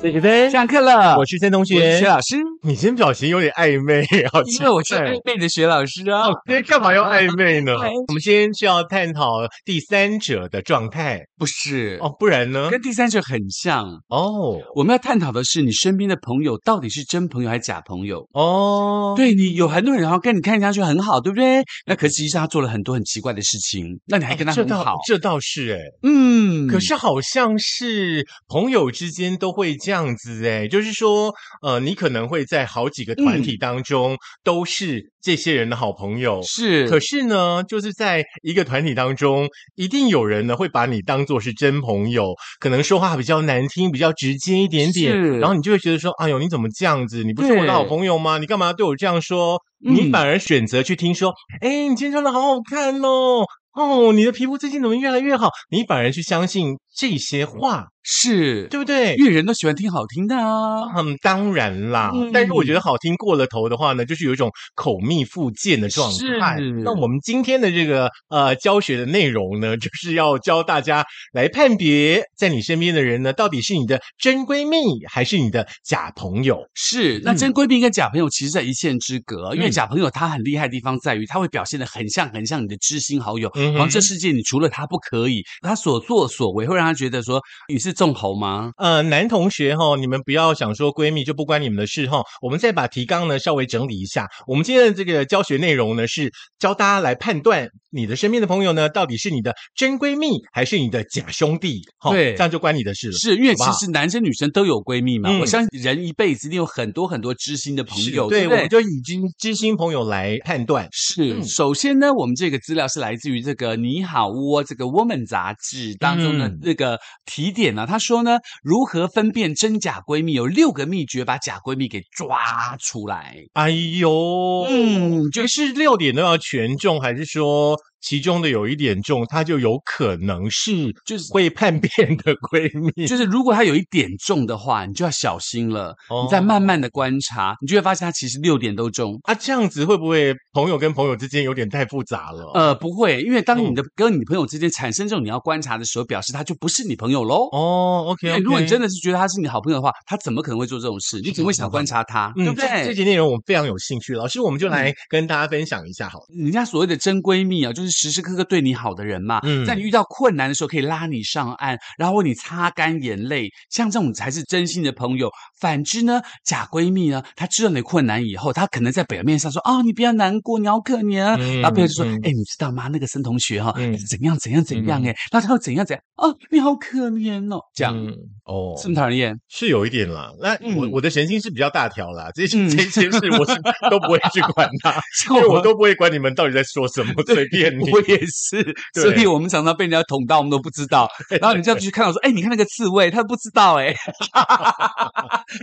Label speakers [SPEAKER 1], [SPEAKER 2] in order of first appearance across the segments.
[SPEAKER 1] 学分，
[SPEAKER 2] 上课了，
[SPEAKER 1] 我是森
[SPEAKER 2] 啊
[SPEAKER 1] 同
[SPEAKER 2] 我是
[SPEAKER 1] 学
[SPEAKER 2] 薛。老师，
[SPEAKER 1] 你今天表情有点暧昧，好奇
[SPEAKER 2] 因为我是
[SPEAKER 1] 怪
[SPEAKER 2] 暧昧的薛老师啊
[SPEAKER 1] 哦。，今天干嘛要暧昧呢
[SPEAKER 2] 哎？
[SPEAKER 1] 我们今天是要探讨第三者的状态
[SPEAKER 2] 不是，
[SPEAKER 1] 哦，不然呢？
[SPEAKER 2] 跟第三者很像。
[SPEAKER 1] 哦
[SPEAKER 2] 我们要探讨的是你身边的朋友到底是真朋友还是假朋友。
[SPEAKER 1] 哦，
[SPEAKER 2] 对你有很多人，然后跟你看上去很好，对不对？那可实际上他做了很多很奇怪的事情，那你还
[SPEAKER 1] 哎
[SPEAKER 2] 跟他
[SPEAKER 1] 这
[SPEAKER 2] 很
[SPEAKER 1] 倒
[SPEAKER 2] 好？
[SPEAKER 1] 这倒是哎、
[SPEAKER 2] 嗯，
[SPEAKER 1] 可是好像是朋友之间都会这样子哎、就是说，呃，你可能会在好几个团
[SPEAKER 2] 嗯
[SPEAKER 1] 体当中、都是这些人的好朋友，
[SPEAKER 2] 是，
[SPEAKER 1] 可是呢，就是在一个团体当中，一定有人呢会把你当做是真朋友，可能说话比较难听，比较直接一点
[SPEAKER 2] 是
[SPEAKER 1] 点，然后你就会觉得说：“哎呦，你怎么这样子？你不是我
[SPEAKER 2] 对
[SPEAKER 1] 的好朋友吗？你干嘛对我这样说？”
[SPEAKER 2] 嗯
[SPEAKER 1] 你反而选择去听说：“哎，你今天穿的好好看哦，哦，你的皮肤最近怎么越来越好？”你反而去相信这些话，
[SPEAKER 2] 是，
[SPEAKER 1] 对不对？
[SPEAKER 2] 因为人都喜欢听好听的啊。
[SPEAKER 1] 嗯，当然啦，但是我觉得好听过了头的话呢，就是有一种口蜜腹剑的状态
[SPEAKER 2] 是。
[SPEAKER 1] 那我们今天的这个呃教学的内容呢， 就是要教大家来判别在你身边的人呢，到底是你的真闺蜜还是你的假朋友。
[SPEAKER 2] 是，那真闺蜜跟假朋友其实在一线之隔，因为
[SPEAKER 1] 嗯
[SPEAKER 2] 假朋友他很厉害的地方在于，他会表现的很像很像你的知心好友，
[SPEAKER 1] 嗯哼
[SPEAKER 2] 好像这世界你除了他不可以，他所作所为会让他觉得说你是纵猴吗？
[SPEAKER 1] 呃，男同学哈、你们不要想说闺蜜就不关你们的事哈、我们再把提纲呢稍微整理一下。我们今天的这个教学内容呢，是教大家来判断你的身边的朋友呢，到底是你的真闺蜜还是你的假兄弟。哈
[SPEAKER 2] 对
[SPEAKER 1] 这样就关你的事了。
[SPEAKER 2] 是因为
[SPEAKER 1] 好不
[SPEAKER 2] 其
[SPEAKER 1] 好
[SPEAKER 2] 实男生女生都有闺蜜嘛，
[SPEAKER 1] 嗯
[SPEAKER 2] 我相信人一辈子一定有很多很多知心的朋
[SPEAKER 1] 是
[SPEAKER 2] 友，
[SPEAKER 1] 对，
[SPEAKER 2] 不
[SPEAKER 1] 我
[SPEAKER 2] 对
[SPEAKER 1] 们？就以知知心朋友来判断。
[SPEAKER 2] 是，
[SPEAKER 1] 嗯
[SPEAKER 2] 首先呢，我们这个资料是来自于这个《你好，窝》这个《Woman》杂志当中的
[SPEAKER 1] 嗯
[SPEAKER 2] 那个提点呢、他说呢，如何分辨真假闺蜜，有六个秘诀把假闺蜜给抓出来。
[SPEAKER 1] 哎呦，
[SPEAKER 2] 嗯，就
[SPEAKER 1] 就是是六点都要全中，还是说其中的有一点中，它就有可能是
[SPEAKER 2] 就是
[SPEAKER 1] 会叛变的 闺蜜？
[SPEAKER 2] 就是，如果他有一点中的话，你就要小心了。
[SPEAKER 1] 哦
[SPEAKER 2] 你再慢慢的观察，你就会发现他其实六点都中。
[SPEAKER 1] 啊，这样子会不会朋友跟朋友之间有点太复杂了？
[SPEAKER 2] 呃，不会，因为当
[SPEAKER 1] 嗯
[SPEAKER 2] 你的跟你朋友之间产生这种你要观察的时候，表示他就不是你朋友喽。
[SPEAKER 1] 哦
[SPEAKER 2] 因
[SPEAKER 1] ，OK，,
[SPEAKER 2] 为
[SPEAKER 1] o
[SPEAKER 2] 哎如果你真的
[SPEAKER 1] 的。
[SPEAKER 2] 是觉得他是你好朋友的话，他怎么可能会做这种事？你只会想观察他，对
[SPEAKER 1] 嗯，
[SPEAKER 2] 不
[SPEAKER 1] 这这
[SPEAKER 2] 对？嗯
[SPEAKER 1] 节内容我非常有兴趣，老师，我们就来跟大家分享一下好了。
[SPEAKER 2] 人家所谓的真闺蜜啊，就是时时刻刻对你好的人嘛。
[SPEAKER 1] 嗯
[SPEAKER 2] 在你遇到困难的时候，可以拉你上岸，然后为你擦干眼泪，像这种才是真心的朋友。反之呢，假闺蜜呢，她知道你的困难以后，她可能在表面上说：“哦，你不要难过，你好可怜。啊。
[SPEAKER 1] 嗯
[SPEAKER 2] 然后朋友就说：“哎、
[SPEAKER 1] 嗯
[SPEAKER 2] 你知道吗？那个森同学哈、
[SPEAKER 1] 嗯
[SPEAKER 2] 怎样怎样怎样哎、然后他又怎样怎样哦，你好可怜哦，这样、
[SPEAKER 1] 嗯哦，
[SPEAKER 2] 是不是讨人厌？
[SPEAKER 1] 是有一点啦。那我、
[SPEAKER 2] 嗯
[SPEAKER 1] 我的神经是比较大条啦，这些、
[SPEAKER 2] 嗯
[SPEAKER 1] 这些事 我是都不会去管它，
[SPEAKER 2] 像
[SPEAKER 1] 因为我
[SPEAKER 2] 们
[SPEAKER 1] 都不会管你们到底在说什么，随便你。
[SPEAKER 2] 我也是，
[SPEAKER 1] 对
[SPEAKER 2] 所以我们常常被人家捅到，我们都不知 道。然后你这样去看，我说：“哎、你看那个刺猬，他不知道哎、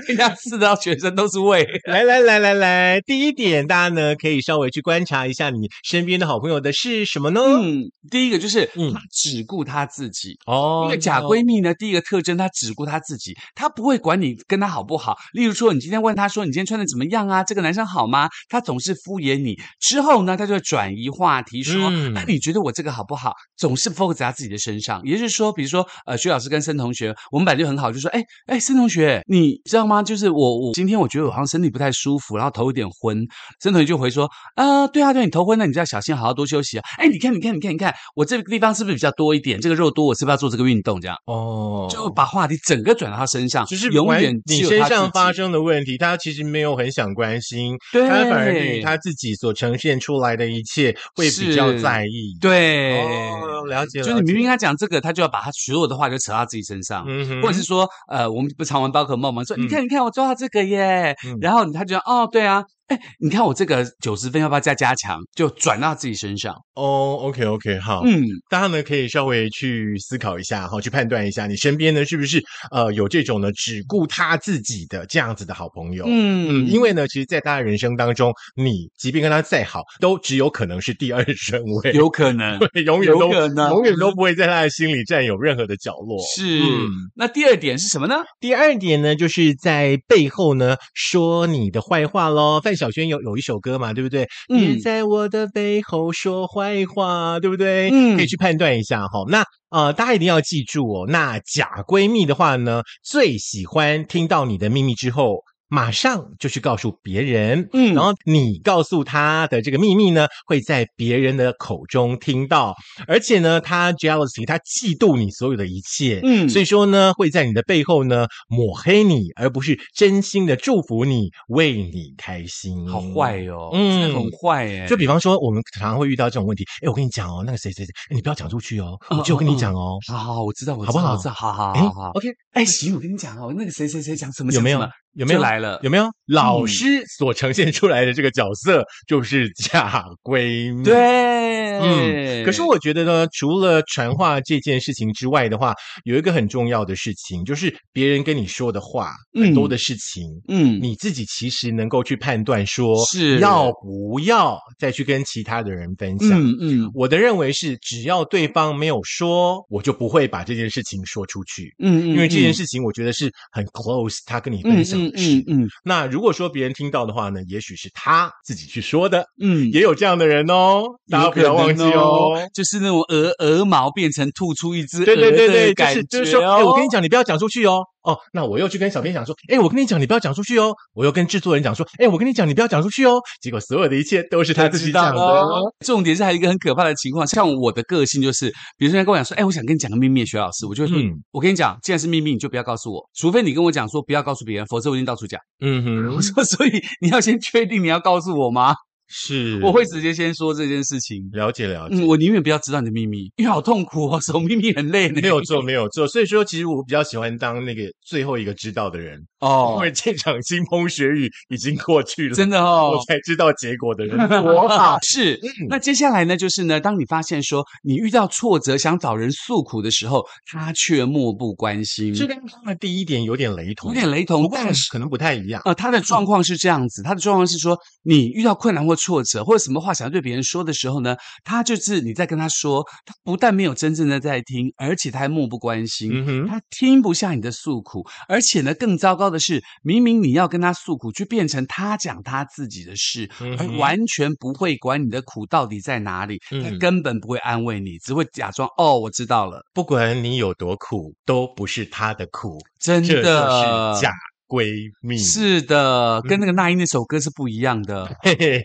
[SPEAKER 2] 人家刺到全身都是 胃。
[SPEAKER 1] 来来来来来，第一点，大家呢可以稍微去观察一下你身边的好朋友的是什么呢？
[SPEAKER 2] 嗯，第一个就是
[SPEAKER 1] 嗯
[SPEAKER 2] 她只顾她自己。
[SPEAKER 1] 哦
[SPEAKER 2] 因为假
[SPEAKER 1] 哦
[SPEAKER 2] 闺蜜呢，第一个特征她只顾她自己，她不会管你跟她好不好。例如说，你今天问她说你今天穿的怎么样啊？这个男生好吗？她总是敷衍你。之后呢，她就会转移话题说，
[SPEAKER 1] 嗯
[SPEAKER 2] 那你觉得我这个好不好？总是 focus 在她自己的身上。也就是说，比如说，呃，薛老师跟申同学，我们本来就很好，就说，哎哎，申同学，你知道吗？就是我我今天我觉得我好像身体不太舒服，然后头有点昏。申同学就回说，啊，对啊，对啊，你头昏了，你就要小心，好好多休息啊。哎，你看，你看，你看，你看，我这个地方是不是比较多一点？这个肉多，我是不是要做这个运动？这样
[SPEAKER 1] 哦
[SPEAKER 2] 哎就把话题整个转到他身上，
[SPEAKER 1] 就是
[SPEAKER 2] 永
[SPEAKER 1] 完
[SPEAKER 2] 远
[SPEAKER 1] 你
[SPEAKER 2] 只有
[SPEAKER 1] 身
[SPEAKER 2] 他
[SPEAKER 1] 上
[SPEAKER 2] 自
[SPEAKER 1] 发
[SPEAKER 2] 己，
[SPEAKER 1] 生的问题，他其实没有很想关心，
[SPEAKER 2] 对，
[SPEAKER 1] 他反而对于他自己所呈现出来的一切会比较
[SPEAKER 2] 是
[SPEAKER 1] 在意。
[SPEAKER 2] 对。
[SPEAKER 1] 哦，了解了
[SPEAKER 2] 就是
[SPEAKER 1] 解，
[SPEAKER 2] 你明明跟他讲这个，他就要把他所有的话就扯到自己身上，
[SPEAKER 1] 嗯哼，
[SPEAKER 2] 或者是说，呃，我们不常玩宝可梦吗？说你看，你看，我抓到这个耶，
[SPEAKER 1] 嗯
[SPEAKER 2] 然后他就哦，对啊，哎，你看我这个九十分要不要再加强？就转到自己身上，
[SPEAKER 1] 哦，OK OK，好，
[SPEAKER 2] 嗯，
[SPEAKER 1] 大家呢可以稍微去思考一下哈，去判断一下你身边呢是不是呃有这种呢只顾他自己的这样子的好朋友。
[SPEAKER 2] 嗯
[SPEAKER 1] 嗯，因为呢，其实，在大家人生当中，你即便跟他再好，都只有可能是第二 顺位，
[SPEAKER 2] 嗯有可能
[SPEAKER 1] 对永远都
[SPEAKER 2] 有可能
[SPEAKER 1] 永远都不会在他的心里占有任何的角落。
[SPEAKER 2] 是
[SPEAKER 1] 嗯。
[SPEAKER 2] 那第二点是什么呢？
[SPEAKER 1] 第二点呢，就是在背后呢说你的坏话喽。在范晓萱有有一首歌嘛，对不对？
[SPEAKER 2] 嗯
[SPEAKER 1] 别在我的背后说坏话，对不对？
[SPEAKER 2] 嗯
[SPEAKER 1] 可以去判断一下哈。那呃，大家一定要记住哦。那假闺蜜的话呢，最喜欢听到你的秘密之后。马上就去告诉别人，
[SPEAKER 2] 嗯
[SPEAKER 1] 然后你告诉他的这个秘密呢，会在别人的口中听到，而且呢，他 jealousy，他嫉妒你所有的一切，
[SPEAKER 2] 嗯
[SPEAKER 1] 所以说呢，会在你的背后呢抹黑你，而不是真心的祝福你，为你开心。
[SPEAKER 2] 好坏哟、哦，
[SPEAKER 1] 嗯
[SPEAKER 2] 真的很坏耶、
[SPEAKER 1] 就比方说，我们常常会遇到这种问题。哎，我跟你讲哦，那个谁谁谁，诶你不要讲出去哦，
[SPEAKER 2] 嗯
[SPEAKER 1] 我就跟你讲哦。
[SPEAKER 2] 好好，我知道，我知
[SPEAKER 1] 好不
[SPEAKER 2] 道，
[SPEAKER 1] 好
[SPEAKER 2] 我知道，好好
[SPEAKER 1] 哎
[SPEAKER 2] 好好。
[SPEAKER 1] ，OK，
[SPEAKER 2] 哎，行，我跟你讲哦，那个谁谁谁讲什么
[SPEAKER 1] 有没有
[SPEAKER 2] 讲什么
[SPEAKER 1] 有没有
[SPEAKER 2] 就来了？嗯
[SPEAKER 1] 有没有老师所呈现出来的这个角色就是假闺蜜？。
[SPEAKER 2] 对，
[SPEAKER 1] 嗯可是我觉得呢，除了传话这件事情之外的话，有一个很重要的事情，就是别人跟你说的话，很多
[SPEAKER 2] 嗯
[SPEAKER 1] 的事情，
[SPEAKER 2] 嗯
[SPEAKER 1] 你自己其实能够去判断说
[SPEAKER 2] 是
[SPEAKER 1] 要不要再去跟其他的人分享。
[SPEAKER 2] 嗯嗯
[SPEAKER 1] 我的认为是，只要对方没有说，我就不会把这件事情说出去，
[SPEAKER 2] 嗯，
[SPEAKER 1] 因为这件
[SPEAKER 2] 事
[SPEAKER 1] 事情我觉得是很 close，他跟你
[SPEAKER 2] 嗯
[SPEAKER 1] 分享
[SPEAKER 2] 嗯
[SPEAKER 1] 的事。
[SPEAKER 2] 嗯嗯
[SPEAKER 1] 那如果说别人听到的话呢，也许是他自己去说的，
[SPEAKER 2] 嗯。
[SPEAKER 1] 也有这样的人哦，大家不要忘记
[SPEAKER 2] 有可能
[SPEAKER 1] 哦。
[SPEAKER 2] 就是那种鹅鹅毛变成吐出一只鹅
[SPEAKER 1] 对对对对，
[SPEAKER 2] 的
[SPEAKER 1] 就
[SPEAKER 2] 感
[SPEAKER 1] 是
[SPEAKER 2] 觉
[SPEAKER 1] 就是说，哎、
[SPEAKER 2] 哦
[SPEAKER 1] 我跟你讲，你不要讲出去哦。哦，那我又去跟小编讲说，哎，我跟你讲，你不要讲出去哦。我又跟制作人讲说，哎，我跟你讲，你不要讲出去哦。结果所有的一切都是他自己讲的。
[SPEAKER 2] 哦。重点是还有一个很可怕的情况，像我的个性就是，比如说人家跟我讲说，哎，我想跟你讲个秘密，徐老师，我就会说，
[SPEAKER 1] 嗯
[SPEAKER 2] 我跟你讲，既然是秘密，你就不要告诉我，除非你跟我讲说不要告诉别人，否则我一定到处讲。
[SPEAKER 1] 嗯哼
[SPEAKER 2] 我，说，所以你要先确定你要告诉我吗？
[SPEAKER 1] 是，
[SPEAKER 2] 我会直接先说这件事情。
[SPEAKER 1] 了解了解。
[SPEAKER 2] 嗯，我宁愿不要知道你的秘密，因为好痛苦哦，守秘密很累呢。
[SPEAKER 1] 没有错，没有错。所以说，其实我比较喜欢当那个最后一个知道的人，因
[SPEAKER 2] 哦，
[SPEAKER 1] 为这场腥风血雨已经过去了，
[SPEAKER 2] 真的
[SPEAKER 1] 我
[SPEAKER 2] 哦。。
[SPEAKER 1] 才知道结果的人多好
[SPEAKER 2] 啊
[SPEAKER 1] 嗯
[SPEAKER 2] 是，那接下来呢，就是呢，当你发现说你遇到挫折，想找人诉苦的时候，他却漠不关心，
[SPEAKER 1] 这跟刚才第一点有点雷同，
[SPEAKER 2] 有点雷同，
[SPEAKER 1] 不过
[SPEAKER 2] 但是
[SPEAKER 1] 可能不太一样。
[SPEAKER 2] 呃，他的状况是这样子，他的状况是说，你遇到困难或挫折，或者什么话想要对别人说的时候呢，他就是你在跟他说，他不但没有真正的在听，而且他还漠不关心。
[SPEAKER 1] 嗯哼，
[SPEAKER 2] 他听不下你的诉苦，而且呢，更糟糕的是，明明你要跟他诉苦，却变成他讲他自己的事，
[SPEAKER 1] 嗯
[SPEAKER 2] 而
[SPEAKER 1] 哼
[SPEAKER 2] 完全不会管你的苦到底在哪里，他
[SPEAKER 1] 嗯
[SPEAKER 2] 根本不会安慰你，只会假装哦，我知道了，
[SPEAKER 1] 不管你有多苦，都不是他的苦，
[SPEAKER 2] 真的
[SPEAKER 1] 这就是假嗯闺蜜。
[SPEAKER 2] 是的，跟那个那英那首歌是不一样的。
[SPEAKER 1] 嘿嘿，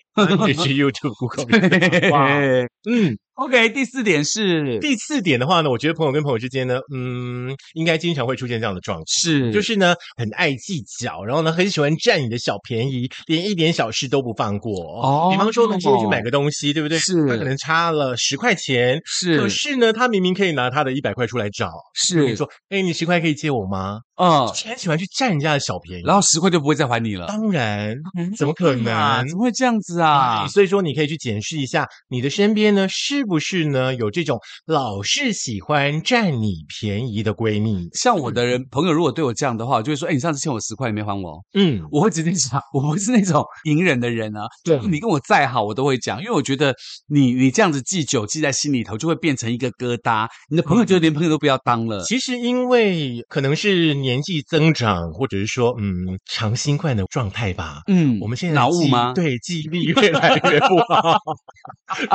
[SPEAKER 1] 你去 YouTube Google 哇。
[SPEAKER 2] 嘿
[SPEAKER 1] 嗯，
[SPEAKER 2] OK，第四点是
[SPEAKER 1] 第四点的话呢，我觉得朋友跟朋友之间呢，嗯，应该经常会出现这样的状况。
[SPEAKER 2] 是
[SPEAKER 1] 就是呢，很爱计较，然后呢，很喜欢占你的小便宜，连一点小事都不放过。
[SPEAKER 2] 哦
[SPEAKER 1] 比方说，呢，今天去买个东西，对不对？
[SPEAKER 2] 是
[SPEAKER 1] 他可能差了十块钱，可
[SPEAKER 2] 是
[SPEAKER 1] 是呢，他明明可以拿他的一百块出来找。
[SPEAKER 2] 是
[SPEAKER 1] 你说，哎，你十块可以借我吗？
[SPEAKER 2] 嗯，
[SPEAKER 1] 就很喜欢去占人家的小便宜。
[SPEAKER 2] 然后十块就不会再还你了，
[SPEAKER 1] 当然，怎么可能
[SPEAKER 2] 啊怎么会这样子 啊
[SPEAKER 1] 哎？所以说，你可以去检视一下你的身边呢，是不是呢有这种老是喜欢占你便宜的闺蜜？
[SPEAKER 2] 像我
[SPEAKER 1] 嗯
[SPEAKER 2] 的人朋友，如果对我这样的话，我就会说：“哎、你上次欠我十块，你没还我哦。
[SPEAKER 1] 嗯”，
[SPEAKER 2] 我会直接讲，我不是那种隐忍的人啊。
[SPEAKER 1] 对
[SPEAKER 2] 你跟我再好，我都会讲，因为我觉得你你这样子记久，记在心里头，就会变成一个疙瘩。你的朋友就连朋友都不要当了。
[SPEAKER 1] 嗯其实因为可能是年纪增长，或者是说嗯常新冠的状态吧。
[SPEAKER 2] 嗯
[SPEAKER 1] 我们现在
[SPEAKER 2] 脑雾
[SPEAKER 1] 记
[SPEAKER 2] 吗？
[SPEAKER 1] 对，记忆力越来越不好。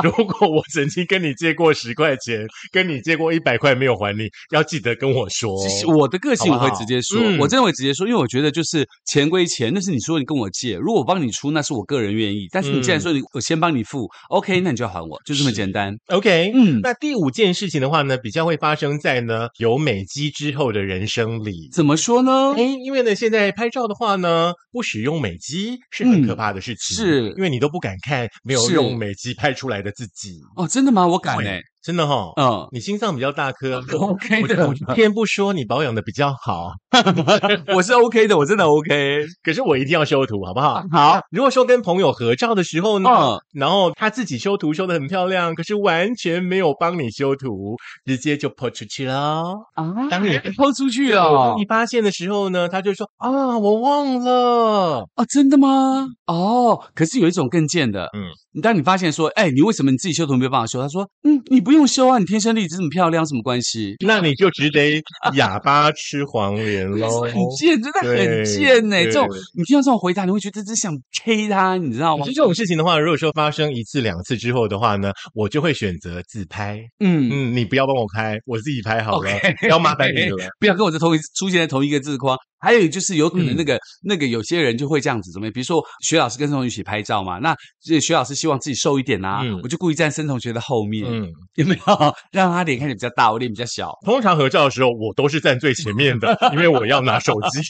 [SPEAKER 1] 如果我曾经跟你借过十块钱，跟你借过一百块没有还你，要记得跟我说。
[SPEAKER 2] 其实我的个性
[SPEAKER 1] 好
[SPEAKER 2] 我
[SPEAKER 1] 不好
[SPEAKER 2] 会直接说，
[SPEAKER 1] 嗯
[SPEAKER 2] 我真的会直接说，因为我觉得就是钱归钱，那是你说你跟我借，如果我帮你出，那是我个人愿意。但是你既然
[SPEAKER 1] 嗯
[SPEAKER 2] 说你、我先帮你付，OK，那你就要还我，就这么
[SPEAKER 1] 是
[SPEAKER 2] 简单。
[SPEAKER 1] OK，
[SPEAKER 2] 嗯
[SPEAKER 1] 那第五件事情的话呢，比较会发生在呢有美肌之后的人生里。
[SPEAKER 2] 怎么说呢？
[SPEAKER 1] 哎，因为呢，现在拍照的话呢，不使用美肌是很
[SPEAKER 2] 嗯
[SPEAKER 1] 可怕的事情，
[SPEAKER 2] 是
[SPEAKER 1] 因为你都不敢看没有
[SPEAKER 2] 是
[SPEAKER 1] 用美肌拍出来的自己。
[SPEAKER 2] 哦，真的吗？我敢
[SPEAKER 1] 会
[SPEAKER 2] 哎、
[SPEAKER 1] 真的哈、哦，
[SPEAKER 2] 嗯。哦
[SPEAKER 1] 你心脏比较大颗
[SPEAKER 2] OK 的
[SPEAKER 1] 我我偏不说你保养的比较好，
[SPEAKER 2] 我是 OK 的，我真的 OK。
[SPEAKER 1] 可是我一定要修图，好不好？
[SPEAKER 2] 好，
[SPEAKER 1] 如果说跟朋友合照的时候呢，
[SPEAKER 2] 嗯
[SPEAKER 1] 然后他自己修图修的很漂亮，可是完全没有帮你修图，直接就泼出去了。
[SPEAKER 2] 啊，
[SPEAKER 1] 当你
[SPEAKER 2] 抛出去了
[SPEAKER 1] 当你发现的时候呢，他就说啊，我忘了。
[SPEAKER 2] 哦，真的吗？哦，可是有一种更贱的，
[SPEAKER 1] 嗯
[SPEAKER 2] 嗯，当你发现说，哎，你为什么你自己修图没有办法修？他说，嗯，你不用修啊，你天生丽质这么漂亮，有什么关系？
[SPEAKER 1] 那你就只得哑巴吃黄连 喽。
[SPEAKER 2] 很贱，真的
[SPEAKER 1] 对
[SPEAKER 2] 很贱呢、这
[SPEAKER 1] 对
[SPEAKER 2] 种你听到这种回答，你会觉得真想 K 他，你知道
[SPEAKER 1] 可
[SPEAKER 2] 吗
[SPEAKER 1] 是？这种事情的话，如果说发生一次两次之后的话呢，我就会选择自拍。
[SPEAKER 2] 嗯，
[SPEAKER 1] 嗯，你不要帮我拍，我自己拍 好了
[SPEAKER 2] OK
[SPEAKER 1] 要麻烦你 了。
[SPEAKER 2] 不要跟我这同一出现在同一个字框。还有就是有可
[SPEAKER 1] 嗯
[SPEAKER 2] 能那个、那个有些人就会这样子，怎么样？比如说徐老师跟森同学一起拍照嘛，那这徐老师希望自己瘦一点啊，
[SPEAKER 1] 嗯
[SPEAKER 2] 我就故意站森同学的后面，
[SPEAKER 1] 嗯，
[SPEAKER 2] 有没有让他脸看起来比较大，我脸比较小？
[SPEAKER 1] 通常合照的时候，我都是站最前面 的，因为我要拿手 机、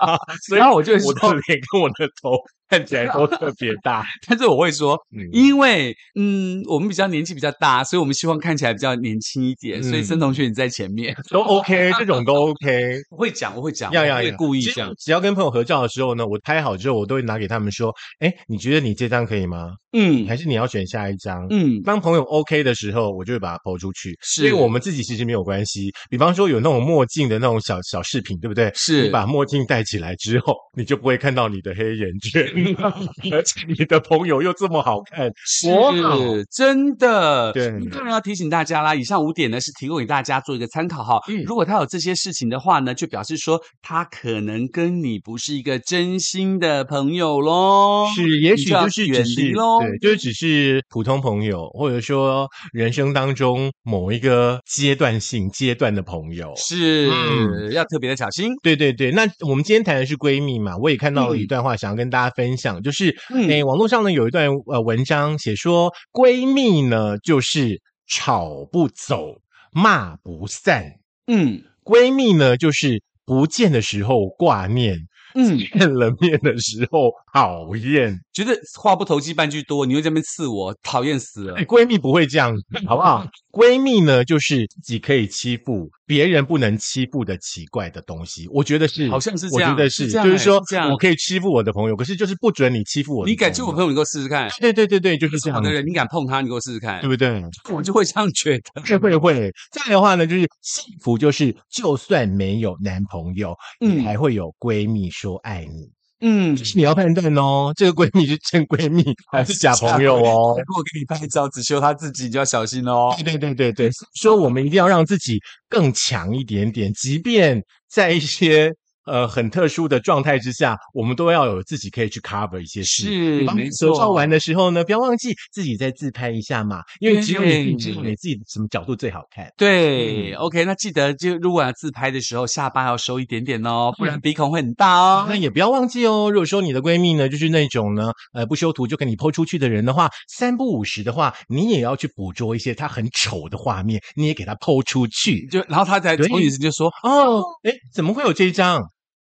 [SPEAKER 1] 啊，所以
[SPEAKER 2] 然后我就会
[SPEAKER 1] 我的
[SPEAKER 2] 说，
[SPEAKER 1] 脸跟我的头看起来都特别大。
[SPEAKER 2] 但是我会说，
[SPEAKER 1] 嗯，
[SPEAKER 2] 因为嗯，我们比较年纪比较大，所以我们希望看起来比较年轻一点，所以
[SPEAKER 1] 嗯
[SPEAKER 2] 森同学你在前面。
[SPEAKER 1] 都 OK，这种都 OK。
[SPEAKER 2] 我会讲，我会讲，
[SPEAKER 1] 要
[SPEAKER 2] 我
[SPEAKER 1] 要
[SPEAKER 2] 会
[SPEAKER 1] 要
[SPEAKER 2] 故意
[SPEAKER 1] 其实
[SPEAKER 2] 讲。
[SPEAKER 1] 只要跟朋友合照的时候呢，我拍好之后，我都会拿给他们说：“哎，你觉得你这张可以吗？
[SPEAKER 2] 嗯
[SPEAKER 1] 还是你要选下一张？”
[SPEAKER 2] 嗯，
[SPEAKER 1] 当朋友 OK 的时候，我就会把它抛出去。
[SPEAKER 2] 是
[SPEAKER 1] 因为我们自己其实没有关系。比方说有那种墨镜的那种小小饰品，对不对？
[SPEAKER 2] 是
[SPEAKER 1] 你把墨镜戴起来之后，你就不会看到你的黑眼圈， 而且你的朋友又这么好看，
[SPEAKER 2] 是
[SPEAKER 1] 多好
[SPEAKER 2] 真的。
[SPEAKER 1] 对
[SPEAKER 2] 当然要提醒大家啦，以上五点呢是提供给大家做一个参考哈。
[SPEAKER 1] 嗯
[SPEAKER 2] 如果他有这些事情的话呢，就表示说他可能跟你不是一个真心的朋友喽。
[SPEAKER 1] 是，也
[SPEAKER 2] 你
[SPEAKER 1] 许
[SPEAKER 2] 就要
[SPEAKER 1] 就是只
[SPEAKER 2] 远
[SPEAKER 1] 是
[SPEAKER 2] 离喽。
[SPEAKER 1] 对，就是只是普通朋友，或者说人生当中某一个阶段性阶段的朋友。
[SPEAKER 2] 是、
[SPEAKER 1] 嗯
[SPEAKER 2] 要特别的小心。
[SPEAKER 1] 对对对，那我们今天谈的是闺蜜嘛，我也看到了
[SPEAKER 2] 嗯
[SPEAKER 1] 一段话，想要跟大家分享，就是，
[SPEAKER 2] 嗯
[SPEAKER 1] 诶、网络上呢有一段呃文章写说，闺蜜呢就是吵不走，骂不散，
[SPEAKER 2] 嗯
[SPEAKER 1] 闺蜜呢就是不见的时候挂念，
[SPEAKER 2] 嗯，
[SPEAKER 1] 见了面的时候讨厌。
[SPEAKER 2] 觉得话不投机半句多，你又在那边刺我，讨厌死了
[SPEAKER 1] 哎。闺蜜不会这样，好不好？ 闺蜜呢，就是自己可以欺负别人不能欺负的奇怪的东西。我觉得是，
[SPEAKER 2] 好像是
[SPEAKER 1] 我
[SPEAKER 2] 这样
[SPEAKER 1] 觉得
[SPEAKER 2] 是
[SPEAKER 1] 是，
[SPEAKER 2] 这样
[SPEAKER 1] 就是
[SPEAKER 2] 哎
[SPEAKER 1] 说
[SPEAKER 2] 是这样
[SPEAKER 1] 我可以欺负我的朋友，可是就是不准你欺负我的。
[SPEAKER 2] 你敢欺负我朋
[SPEAKER 1] 友？
[SPEAKER 2] 友，你给我试试看。
[SPEAKER 1] 对对对对，就是这
[SPEAKER 2] 好
[SPEAKER 1] 样
[SPEAKER 2] 的
[SPEAKER 1] 子，
[SPEAKER 2] 人，你敢碰他，你给我试试看
[SPEAKER 1] 对。不对？
[SPEAKER 2] 我就会这样觉得。
[SPEAKER 1] 会会会。再来的话呢，就是幸福，就是就算没有男朋友，
[SPEAKER 2] 嗯
[SPEAKER 1] 你还会有闺蜜说爱你。
[SPEAKER 2] 嗯，
[SPEAKER 1] 你要判断哦，这个闺蜜是真闺蜜还是假朋友哦？
[SPEAKER 2] 如果给你拍照只修他自己，你就要小心哦。
[SPEAKER 1] 对对对对，说我们一定要让自己更强一点点，即便在一些呃很特殊的状态之下，我们都要有自己可以去 cover 一些事。
[SPEAKER 2] 是
[SPEAKER 1] 比方
[SPEAKER 2] 没
[SPEAKER 1] 说
[SPEAKER 2] 错。
[SPEAKER 1] 照完的时候呢，不要忘记自己再自拍一下嘛，因为只有你自己知道
[SPEAKER 2] 对
[SPEAKER 1] 你自己什么角度最好看。
[SPEAKER 2] 对、
[SPEAKER 1] 嗯
[SPEAKER 2] o k 那记得就如果要自拍的时候，下巴要收一点点哦，不然
[SPEAKER 1] 嗯
[SPEAKER 2] 鼻孔会很大哦。
[SPEAKER 1] 那也不要忘记哦，如果说你的闺蜜呢，就是那种呢，呃，不修图就跟你剖出去的人的话，三不五时的话，你也要去捕捉一些她很丑的画面，你也给她剖出去。
[SPEAKER 2] 就然后他才
[SPEAKER 1] 对
[SPEAKER 2] 从女生就说
[SPEAKER 1] 哦，哎，怎么会有这一张？
[SPEAKER 2] 哦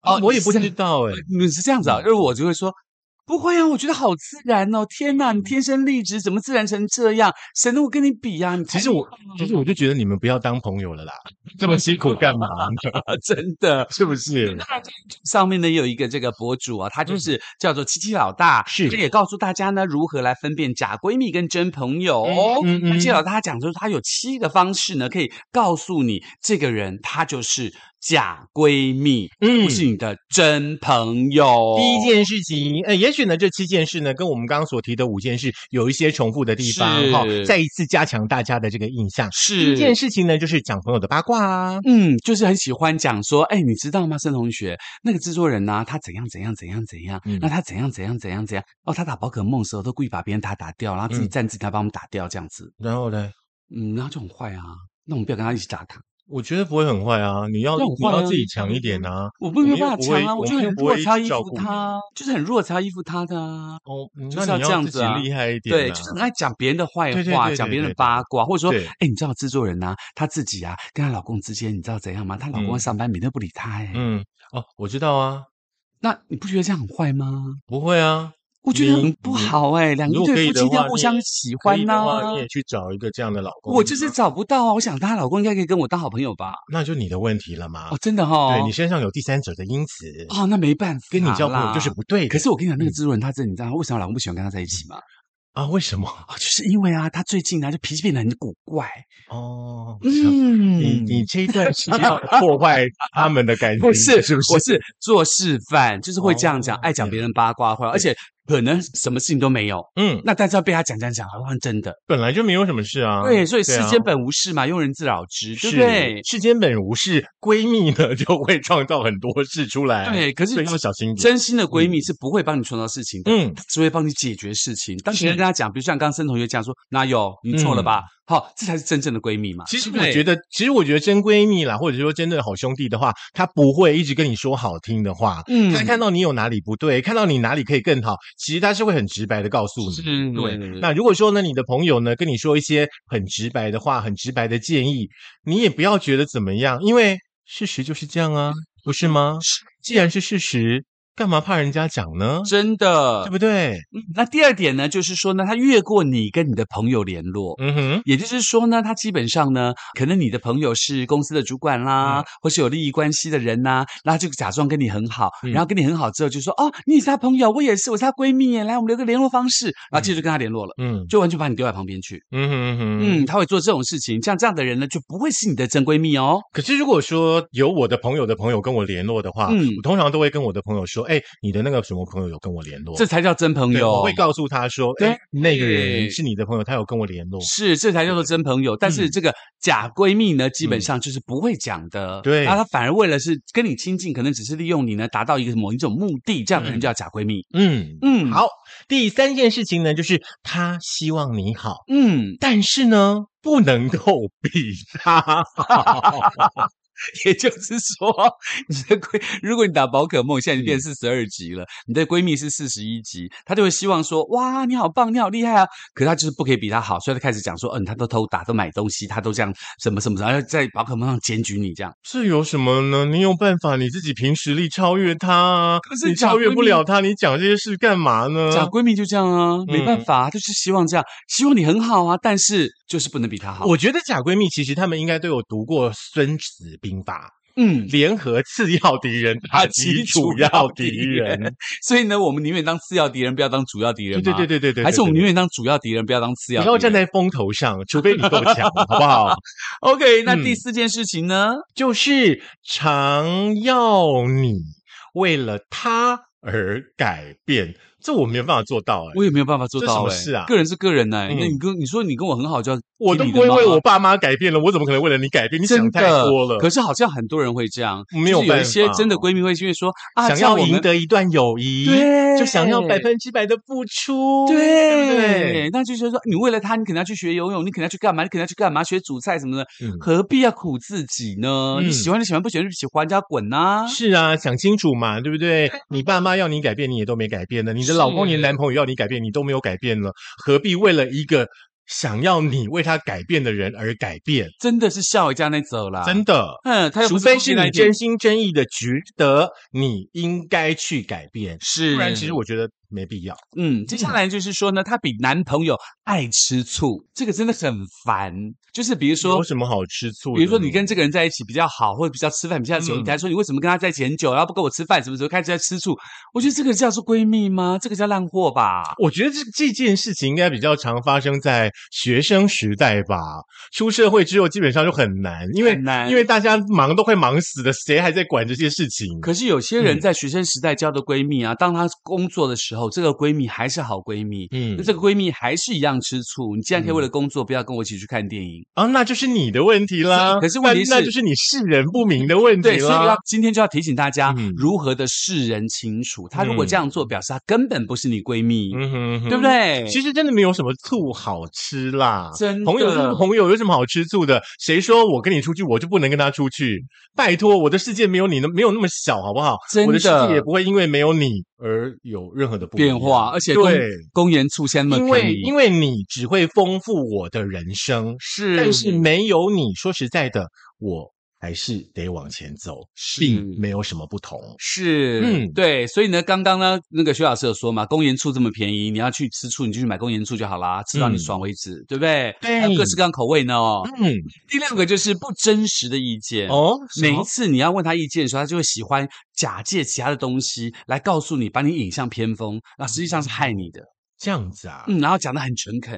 [SPEAKER 1] 哦，我也不
[SPEAKER 2] 是
[SPEAKER 1] 知道 哎。：“
[SPEAKER 2] 你是这样子啊？”因为我就会说。不会啊，我觉得好自然哦！天哪，你天生丽质，怎么自然成这样？谁能够跟你比呀、你
[SPEAKER 1] 其
[SPEAKER 2] 才
[SPEAKER 1] 实我，其实我就觉得你们不要当朋友了啦，这么辛苦干嘛呢？
[SPEAKER 2] 啊真的
[SPEAKER 1] 是不是？
[SPEAKER 2] 上面呢也有一个这个博主啊，他就是叫做七七老大，
[SPEAKER 1] 嗯是
[SPEAKER 2] 这也告诉大家呢如何来分辨假闺蜜跟真朋友。哦
[SPEAKER 1] 嗯嗯嗯
[SPEAKER 2] 那七七老大他讲就是他有七个方式呢，可以告诉你这个人他就是假闺蜜，
[SPEAKER 1] 嗯
[SPEAKER 2] 不是你的真朋友。
[SPEAKER 1] 第一件事情，呃，也许呢，这七件事呢，跟我们刚刚所提的五件事有一些重复的地方
[SPEAKER 2] 是
[SPEAKER 1] 哈、再一次加强大家的这个印象。第
[SPEAKER 2] 是
[SPEAKER 1] 一件事情呢，就是讲朋友的八卦啊，
[SPEAKER 2] 嗯，就是很喜欢讲说，哎，你知道吗，盛同学，那个制作人呢、他怎样怎样怎样怎样，
[SPEAKER 1] 嗯
[SPEAKER 2] 那他怎样怎样怎样怎样，哦，他打宝可梦的时候都故意把别人打打掉，然后自己
[SPEAKER 1] 嗯
[SPEAKER 2] 站自己他帮我们打掉这样子，
[SPEAKER 1] 然后呢，
[SPEAKER 2] 嗯，然后就很坏啊，那我们不要跟他一起打卡，
[SPEAKER 1] 我觉得不会很坏啊，你要
[SPEAKER 2] 那很
[SPEAKER 1] 你
[SPEAKER 2] 坏啊
[SPEAKER 1] 要自己强一点啊。
[SPEAKER 2] 我不没有
[SPEAKER 1] 我们又
[SPEAKER 2] 办法
[SPEAKER 1] 不
[SPEAKER 2] 强
[SPEAKER 1] 会
[SPEAKER 2] 啊，我
[SPEAKER 1] 我
[SPEAKER 2] 就
[SPEAKER 1] 们
[SPEAKER 2] 很
[SPEAKER 1] 又不
[SPEAKER 2] 弱
[SPEAKER 1] 会
[SPEAKER 2] 才要依
[SPEAKER 1] 照
[SPEAKER 2] 附
[SPEAKER 1] 顾
[SPEAKER 2] 他，就是很弱才要依附他的啊。
[SPEAKER 1] 哦，嗯
[SPEAKER 2] 就
[SPEAKER 1] 那
[SPEAKER 2] 是要
[SPEAKER 1] 你
[SPEAKER 2] 这样
[SPEAKER 1] 自
[SPEAKER 2] 子
[SPEAKER 1] 己
[SPEAKER 2] 啊
[SPEAKER 1] 厉害一点、啊，
[SPEAKER 2] 对，就是很爱讲别人的坏
[SPEAKER 1] 对对
[SPEAKER 2] 话，
[SPEAKER 1] 对
[SPEAKER 2] 讲
[SPEAKER 1] 对
[SPEAKER 2] 别人的
[SPEAKER 1] 对对
[SPEAKER 2] 八卦，或者说，
[SPEAKER 1] 对
[SPEAKER 2] 哎，你知道制作人呐，她自己啊，跟她老公之间，你知道怎样吗？她老公
[SPEAKER 1] 嗯
[SPEAKER 2] 上班每天都不理她，哎，
[SPEAKER 1] 嗯，哦，我知道啊，
[SPEAKER 2] 那你不觉得这样很坏吗？
[SPEAKER 1] 不会啊，
[SPEAKER 2] 我觉得
[SPEAKER 1] 你
[SPEAKER 2] 很不
[SPEAKER 1] 你
[SPEAKER 2] 好哎、两
[SPEAKER 1] 如
[SPEAKER 2] 一
[SPEAKER 1] 果可
[SPEAKER 2] 对
[SPEAKER 1] 以
[SPEAKER 2] 夫
[SPEAKER 1] 的
[SPEAKER 2] 妻一定
[SPEAKER 1] 话
[SPEAKER 2] 要互
[SPEAKER 1] 你
[SPEAKER 2] 相
[SPEAKER 1] 也
[SPEAKER 2] 喜
[SPEAKER 1] 可
[SPEAKER 2] 欢
[SPEAKER 1] 以
[SPEAKER 2] 呐、
[SPEAKER 1] 的话，你也去找一个这样的老公。
[SPEAKER 2] 我就是，找不到啊，我想她老公应该可以跟我当好朋友吧？
[SPEAKER 1] 那就你的问题了嘛。
[SPEAKER 2] 哦，真的哈、哦，
[SPEAKER 1] 对你身上有第三者的因子，
[SPEAKER 2] 哦，那没办法，
[SPEAKER 1] 跟你交朋友就是。不对的。
[SPEAKER 2] 可是我跟你讲，那个
[SPEAKER 1] 嗯
[SPEAKER 2] 制作人他真的，你知道他为什么老公不喜欢跟他在一起吗？
[SPEAKER 1] 啊，为什么？
[SPEAKER 2] 啊、就是因为啊，他最近呢就脾气变得很古怪。
[SPEAKER 1] 哦，
[SPEAKER 2] 嗯，
[SPEAKER 1] 你你这一段是 要破坏他们的感情，
[SPEAKER 2] 不是
[SPEAKER 1] 是不是？
[SPEAKER 2] 我是做示范，就是会这样讲，
[SPEAKER 1] 哦
[SPEAKER 2] 爱讲别人八卦话，而且可能什么事情都没有。
[SPEAKER 1] 嗯，
[SPEAKER 2] 那但是要被他讲讲讲，好像真的。
[SPEAKER 1] 本来就没有什么事啊。
[SPEAKER 2] 对，所以世
[SPEAKER 1] 啊
[SPEAKER 2] 间本无事嘛，庸人自扰之，对
[SPEAKER 1] 是
[SPEAKER 2] 不对？
[SPEAKER 1] 世间本无事，闺蜜呢就会创造很多事出来。
[SPEAKER 2] 对，可
[SPEAKER 1] 所
[SPEAKER 2] 是
[SPEAKER 1] 以要小心一点。
[SPEAKER 2] 真心的闺蜜是不会帮你创造事情的，
[SPEAKER 1] 嗯，
[SPEAKER 2] 只会帮你解决事情。当
[SPEAKER 1] 是
[SPEAKER 2] 别人跟她讲，比如像刚刚森同学这样说，哪有你错了吧？好，这才是真正的闺蜜嘛。
[SPEAKER 1] 嗯其实
[SPEAKER 2] 对不
[SPEAKER 1] 我
[SPEAKER 2] 对
[SPEAKER 1] 觉得，其实我觉得真闺蜜啦，或者说真的好兄弟的话，他不会一直跟你说好听的话。
[SPEAKER 2] 嗯
[SPEAKER 1] 他看到你有哪里不对，看到你哪里可以更好，其实他是会很直白的告诉你。
[SPEAKER 2] 是
[SPEAKER 1] 对
[SPEAKER 2] 对
[SPEAKER 1] 那如果说呢，你的朋友呢跟你说一些很直白的话、很直白的建议，你也不要觉得怎么样，因为事实就是这样啊，不是吗？既然是事实，干嘛怕人家讲呢？
[SPEAKER 2] 真的
[SPEAKER 1] 对。不对？
[SPEAKER 2] 嗯那第二点呢，就是说呢，他越过你跟你的朋友联络。
[SPEAKER 1] 嗯哼，
[SPEAKER 2] 也就是说呢，他基本上呢，可能你的朋友是公司的主管
[SPEAKER 1] 嗯
[SPEAKER 2] 啦，或是有利益关系的人呐、那就假装跟你很好，
[SPEAKER 1] 嗯
[SPEAKER 2] 然后跟你很好之后就说哦，你也是他朋友，我也是，我是他闺蜜耶，来，我们留个联络方式，然后接着就跟他联络了，
[SPEAKER 1] 嗯
[SPEAKER 2] 就完全把你丢在旁边去。
[SPEAKER 1] 嗯哼嗯哼
[SPEAKER 2] 嗯，他会做这种事情，像这样的人呢，就不会是你的真闺蜜哦。
[SPEAKER 1] 可是如果说有我的朋友的朋友跟我联络的话，
[SPEAKER 2] 嗯
[SPEAKER 1] 我通常都会跟我的朋友说，哎、你的那个什么朋友有跟我联络，
[SPEAKER 2] 这才叫真朋
[SPEAKER 1] 对
[SPEAKER 2] 友
[SPEAKER 1] 我会。告诉他说，
[SPEAKER 2] 对
[SPEAKER 1] 哎、那个
[SPEAKER 2] 对
[SPEAKER 1] 人是你的朋友，他有跟我联络。
[SPEAKER 2] 是，这才叫做真朋友。但是
[SPEAKER 1] 嗯
[SPEAKER 2] 这个假闺蜜呢，基本
[SPEAKER 1] 嗯
[SPEAKER 2] 上就是不会讲的。啊
[SPEAKER 1] 对
[SPEAKER 2] 然后她反而为了是跟你亲近，可能只是利用你呢，达到一个某一种目的，这样的人
[SPEAKER 1] 嗯
[SPEAKER 2] 叫假闺蜜。
[SPEAKER 1] 嗯，
[SPEAKER 2] 嗯，，
[SPEAKER 1] 好，第三件事情呢，就是他希望你好，
[SPEAKER 2] 嗯，
[SPEAKER 1] 但是呢，不能够比他 好。
[SPEAKER 2] 也就是说，你的闺，如果你打宝可梦，现在已
[SPEAKER 1] 嗯
[SPEAKER 2] 经变四十二级了，你的闺蜜是四十一级，她就会希望说，哇，你好棒，你好厉害啊！可她就是不可以比她好，所以她开始讲说，嗯，她都偷打，都买东西，她都这样什么什么，然后在宝可梦上检举你这样。
[SPEAKER 1] 这有什么呢？你有办法你自己凭实力超越他啊？
[SPEAKER 2] 可是
[SPEAKER 1] 你
[SPEAKER 2] 假
[SPEAKER 1] 超越
[SPEAKER 2] 闺
[SPEAKER 1] 不
[SPEAKER 2] 蜜
[SPEAKER 1] 了他，你讲这些事干嘛呢？
[SPEAKER 2] 假闺蜜就这样啊，没
[SPEAKER 1] 嗯
[SPEAKER 2] 办法、啊，她就是希望这样，希望你很好啊，但是就是不能比她好。
[SPEAKER 1] 我觉得假闺蜜其实她们应该都有读过《孙子兵法》，
[SPEAKER 2] 嗯，
[SPEAKER 1] 联合次要敌人，打击主要 敌人。
[SPEAKER 2] 所以呢，我们宁愿当次要敌人，不要当主要敌人
[SPEAKER 1] 对
[SPEAKER 2] 嘛。
[SPEAKER 1] 对对对对对，
[SPEAKER 2] 还是我们宁
[SPEAKER 1] 对
[SPEAKER 2] 愿当主要敌人，不要当次
[SPEAKER 1] 对
[SPEAKER 2] 要
[SPEAKER 1] 对
[SPEAKER 2] 敌
[SPEAKER 1] 不
[SPEAKER 2] 人。
[SPEAKER 1] 要站在风头上，除非你够强，好不 好？
[SPEAKER 2] OK，那
[SPEAKER 1] 嗯哎
[SPEAKER 2] 第四件事情呢？
[SPEAKER 1] 就是常要你为了他而改变，这我没有办法做到哎、
[SPEAKER 2] 我也没有办法做
[SPEAKER 1] 这
[SPEAKER 2] 到、欸。
[SPEAKER 1] 什么事啊
[SPEAKER 2] 个人是个人呢、欸。
[SPEAKER 1] 嗯
[SPEAKER 2] 那你跟你说你跟我很好，就要
[SPEAKER 1] 我都
[SPEAKER 2] 听你
[SPEAKER 1] 不
[SPEAKER 2] 的
[SPEAKER 1] 会
[SPEAKER 2] 妈
[SPEAKER 1] 为
[SPEAKER 2] 妈
[SPEAKER 1] 我爸妈改变了，我怎么可能为了你改变？你
[SPEAKER 2] 真
[SPEAKER 1] 想太
[SPEAKER 2] 的
[SPEAKER 1] 多了。
[SPEAKER 2] 可是好像很多人会这样，
[SPEAKER 1] 没有
[SPEAKER 2] 就是有一
[SPEAKER 1] 办
[SPEAKER 2] 些
[SPEAKER 1] 法哦
[SPEAKER 2] 真的闺蜜会因为说啊，
[SPEAKER 1] 想
[SPEAKER 2] 这样
[SPEAKER 1] 要
[SPEAKER 2] 我
[SPEAKER 1] 赢
[SPEAKER 2] 们。
[SPEAKER 1] 得一段友谊，
[SPEAKER 2] 对
[SPEAKER 1] 就想要百分之百的付出，
[SPEAKER 2] 对
[SPEAKER 1] 对不对？
[SPEAKER 2] 那就觉得说，你为了他，你可能要去学游泳，你可能要去干嘛，你可能要去干嘛，学煮菜什么的，
[SPEAKER 1] 嗯
[SPEAKER 2] 何必要苦自己呢？
[SPEAKER 1] 嗯
[SPEAKER 2] 你喜欢就喜欢，不喜欢就喜欢，就要滚呐、
[SPEAKER 1] 是啊，想清楚嘛，对不对？你爸妈要你改变，你也都没改变呢；你的老公、
[SPEAKER 2] 是
[SPEAKER 1] 你的男朋友要你改变，你都没有改变了，何必为了一个想要你为他改变的人而改变？
[SPEAKER 2] 真的是笑一家那走啦。
[SPEAKER 1] 真的，
[SPEAKER 2] 嗯，他又不
[SPEAKER 1] 除
[SPEAKER 2] 是
[SPEAKER 1] 非
[SPEAKER 2] 故意
[SPEAKER 1] 是
[SPEAKER 2] 来
[SPEAKER 1] 你真心真意的觉得你应该去改变，
[SPEAKER 2] 是，
[SPEAKER 1] 不然其实我觉得没必要。
[SPEAKER 2] 嗯，接下来就是说呢，她比男朋友爱吃醋，这个真的很烦。就是比如说
[SPEAKER 1] 有，什么好吃醋的呢？
[SPEAKER 2] 比如说你跟这个人在一起比较好，或者比较吃饭比较久，
[SPEAKER 1] 嗯
[SPEAKER 2] 你还说你为什么跟他在一起很久，然后不跟我吃饭，什么时候开始在吃醋？我觉得这个叫做闺蜜吗？这个叫烂货吧？
[SPEAKER 1] 我觉得这这件事情应该比较常发生在学生时代吧，出社会之后基本上就很难，因为
[SPEAKER 2] 很难
[SPEAKER 1] 因为大家忙都快忙死了，谁还在管这些事情？
[SPEAKER 2] 可是有些人
[SPEAKER 1] 嗯
[SPEAKER 2] 在学生时代交的闺蜜啊，当她工作的时候，这个闺蜜还是好闺蜜。
[SPEAKER 1] 嗯
[SPEAKER 2] 那，这个闺蜜还是一样吃醋，你竟然可以
[SPEAKER 1] 嗯
[SPEAKER 2] 为了工作不要跟我一起去看电影，
[SPEAKER 1] 啊，那就是你的问题啦。
[SPEAKER 2] 可是问题是
[SPEAKER 1] 那那就是你世人不明的问题
[SPEAKER 2] 对，所以要
[SPEAKER 1] 啦。
[SPEAKER 2] 今天就要提醒大家
[SPEAKER 1] 嗯
[SPEAKER 2] 如何的世人清楚。她如果
[SPEAKER 1] 嗯
[SPEAKER 2] 这样做，表示她根本不是你闺蜜，
[SPEAKER 1] 嗯哼嗯哼
[SPEAKER 2] 对不？对？
[SPEAKER 1] 其实真的没有什么醋好吃啦，
[SPEAKER 2] 真的
[SPEAKER 1] 朋友就是朋友，有什么好吃醋的？谁说我跟你出去我就不能跟他出去？拜托，我的世界没有你那没有那么小，好不好？
[SPEAKER 2] 真的
[SPEAKER 1] 我的世界也不会因为没有你而有任何的不一样
[SPEAKER 2] 变化，而且公
[SPEAKER 1] 对，
[SPEAKER 2] 公盐醋现在那
[SPEAKER 1] 因
[SPEAKER 2] 么便
[SPEAKER 1] 为
[SPEAKER 2] 宜，
[SPEAKER 1] 因为你只会丰富我的人生，
[SPEAKER 2] 是
[SPEAKER 1] 但是没有你，说实在的，我还是得往前走，并没有什么不同。
[SPEAKER 2] 是，嗯，
[SPEAKER 1] 嗯
[SPEAKER 2] 对，所以呢，刚刚呢，那个薛老师有说嘛，公盐醋这么便宜，你要去吃醋，你就去买公盐醋就好啦，吃到你
[SPEAKER 1] 嗯
[SPEAKER 2] 爽为止，对不对？
[SPEAKER 1] 对
[SPEAKER 2] 还有各式各样口味呢哦。
[SPEAKER 1] 嗯，
[SPEAKER 2] 第六个就是不真实的意见。
[SPEAKER 1] 哦，
[SPEAKER 2] 每
[SPEAKER 1] 什
[SPEAKER 2] 一
[SPEAKER 1] 么
[SPEAKER 2] 次你要问他意见的时候，他就会喜欢假借其他的东西来告诉你，把你引向偏锋，那实际上是害你的。嗯
[SPEAKER 1] 这样子啊？
[SPEAKER 2] 嗯，然后讲的很诚恳，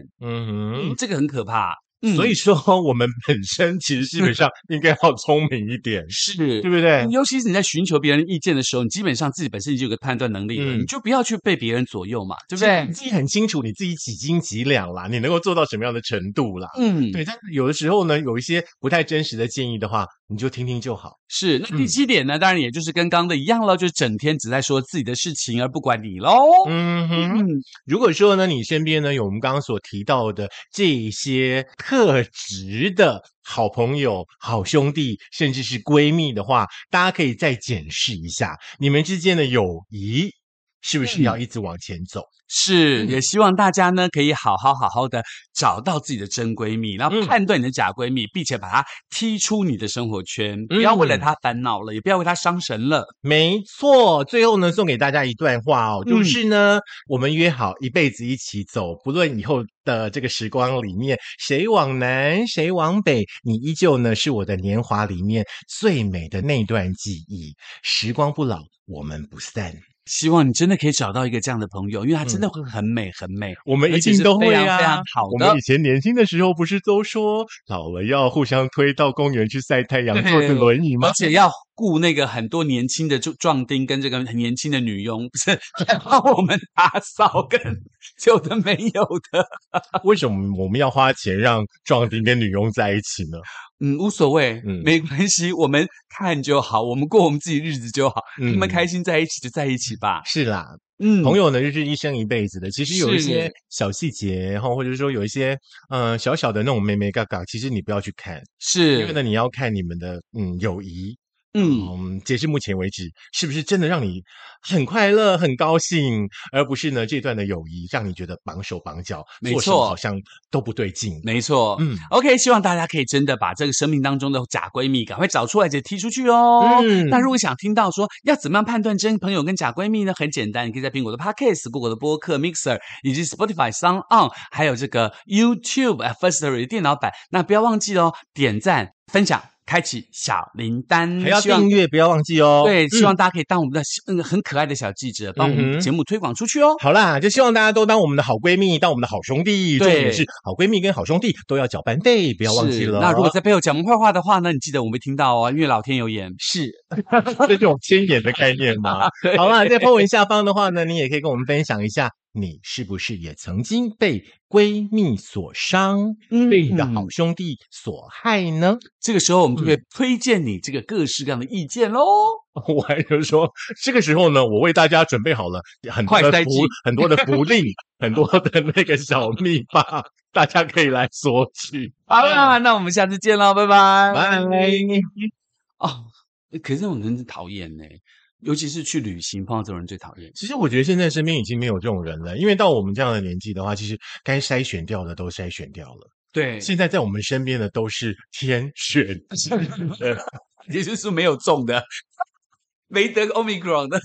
[SPEAKER 2] 嗯，
[SPEAKER 1] 嗯哼，
[SPEAKER 2] 这个很可怕。嗯
[SPEAKER 1] 所以说，我们本身其实基本上应该要聪明一点，
[SPEAKER 2] 是嗯
[SPEAKER 1] 对不对？
[SPEAKER 2] 尤其是你在寻求别人意见的时候，你基本上自己本身就有个判断能力了，
[SPEAKER 1] 嗯
[SPEAKER 2] 你就不要去被别人左右嘛，对不对
[SPEAKER 1] 你？自己很清楚你自己几斤几两啦，你能够做到什么样的程度啦？
[SPEAKER 2] 嗯，
[SPEAKER 1] 对，但有的时候呢，有一些不太真实的建议的话，你就听听就好。
[SPEAKER 2] 是。那第
[SPEAKER 1] 嗯
[SPEAKER 2] 七点呢，当然也就是跟刚刚的一样喽，就是整天只在说自己的事情而不管你喽。
[SPEAKER 1] 嗯哼，
[SPEAKER 2] 嗯，
[SPEAKER 1] 如果说呢，你身边呢有我们刚刚所提到的这些特质的好朋友、好兄弟，甚至是闺蜜的话，大家可以再检视一下你们之间的友谊是不
[SPEAKER 2] 嗯
[SPEAKER 1] 是要一直往前走。
[SPEAKER 2] 是，
[SPEAKER 1] 嗯
[SPEAKER 2] 也希望大家呢可以好好好好的找到自己的真闺蜜，然后
[SPEAKER 1] 嗯
[SPEAKER 2] 判断你的假闺蜜，并且把她踢出你的生活圈，不要为
[SPEAKER 1] 嗯
[SPEAKER 2] 了她烦恼了，也不要为她伤神了。
[SPEAKER 1] 没错，最后呢，送给大家一段话哦，就
[SPEAKER 2] 嗯
[SPEAKER 1] 是呢，我们约好一辈子一起走，不论以后的这个时光里面，谁往南，谁往北，你依旧呢是我的年华里面最美的那段记忆。时光不老，我们不散，
[SPEAKER 2] 希望你真的可以找到一个这样的朋友，因为她真的会很美很美。
[SPEAKER 1] 嗯我们
[SPEAKER 2] 而
[SPEAKER 1] 一
[SPEAKER 2] 且
[SPEAKER 1] 定
[SPEAKER 2] 是
[SPEAKER 1] 都
[SPEAKER 2] 非
[SPEAKER 1] 会
[SPEAKER 2] 常
[SPEAKER 1] 啊。
[SPEAKER 2] 非常好
[SPEAKER 1] 我
[SPEAKER 2] 的
[SPEAKER 1] 们以前年轻的时候不是都说老了要互相推到公园去晒太阳，坐着轮椅吗
[SPEAKER 2] 而？且要雇那个很多年轻的壮壮丁跟这个很年轻的女佣，不是 来帮我们打扫跟有的没有的，
[SPEAKER 1] 为什么我们要花钱让壮丁跟女佣在一起呢？
[SPEAKER 2] 嗯，无所谓，
[SPEAKER 1] 嗯
[SPEAKER 2] 没关系，我们看就好，我们过我们自己日子就好，
[SPEAKER 1] 嗯
[SPEAKER 2] 他们开心在一起就在一起吧，
[SPEAKER 1] 是啦，
[SPEAKER 2] 嗯，
[SPEAKER 1] 朋友呢，就是一生一辈子的。其实有一
[SPEAKER 2] 是
[SPEAKER 1] 些小细节，然后或者说有一些呃小小的那种妹妹嘎嘎，其实你不要去看，因为
[SPEAKER 2] 是，
[SPEAKER 1] 呢，你要看你们的嗯友谊，
[SPEAKER 2] 嗯，
[SPEAKER 1] 嗯，截至目前为止，是不是真的让你很快乐、很高兴，而不是呢这段的友谊让你觉得绑手绑脚，
[SPEAKER 2] 没
[SPEAKER 1] 做什
[SPEAKER 2] 错
[SPEAKER 1] 么好像都不对劲。
[SPEAKER 2] 没错，
[SPEAKER 1] 嗯，
[SPEAKER 2] OK，希望大家可以真的把这个生命当中的假闺蜜赶快找出来，且踢出去哦。
[SPEAKER 1] 嗯
[SPEAKER 2] 那如果想听到说要怎么样判断真朋友跟假闺蜜呢？很简单，你可以在苹果的 Podcast、Google 的播客 Mixer 以及 Spotify、s o n On，还有这个 YouTube Firstory 的电脑版。那不要忘记哦，点赞、分享、开启小铃铛，
[SPEAKER 1] 嗯还要
[SPEAKER 2] 希望
[SPEAKER 1] 订阅，不要忘记哦。
[SPEAKER 2] 对，
[SPEAKER 1] 嗯
[SPEAKER 2] 希望大家可以当我们的那个很可爱的小记者，帮我们
[SPEAKER 1] 嗯哼
[SPEAKER 2] 节目推广出去哦。
[SPEAKER 1] 好啦，就希望大家都当我们的好闺蜜，当我们的好兄弟。重
[SPEAKER 2] 对
[SPEAKER 1] 点是好闺蜜跟好兄弟都要搅班费，不
[SPEAKER 2] 不
[SPEAKER 1] 要忘记了。
[SPEAKER 2] 那如果在背后讲我们坏话的话呢，你记得我们会听到哦，因为老天有眼。
[SPEAKER 1] 是 这种牵眼的概念 吗？好啦，在 po 文下方的话呢，你也可以跟我们分享一下，你是不是也曾经被闺蜜所伤，
[SPEAKER 2] 嗯
[SPEAKER 1] 被你的好兄弟所害呢？
[SPEAKER 2] 这个时候我们就会推荐你这个各式各样的意见喽。
[SPEAKER 1] 我还是说，这个时候呢，我为大家准备好了很多
[SPEAKER 2] 快
[SPEAKER 1] 的
[SPEAKER 2] 塞
[SPEAKER 1] 福
[SPEAKER 2] 剂、
[SPEAKER 1] 很多的福 利、很多的那个小秘 法，大家可以来索取。
[SPEAKER 2] 好啦，那我们下次见喽，拜拜。
[SPEAKER 1] 拜。
[SPEAKER 2] 哦，可是这种人很讨厌呢、尤其是去旅行碰到这种人最讨厌。
[SPEAKER 1] 其实我觉得现在身边已经没有这种人了，因为到我们这样的年纪的话，其实该筛选掉的都筛选掉了。
[SPEAKER 2] 对
[SPEAKER 1] 现在在我们身边的都是天选，
[SPEAKER 2] 也就是说没有中的，没得 omicron 的。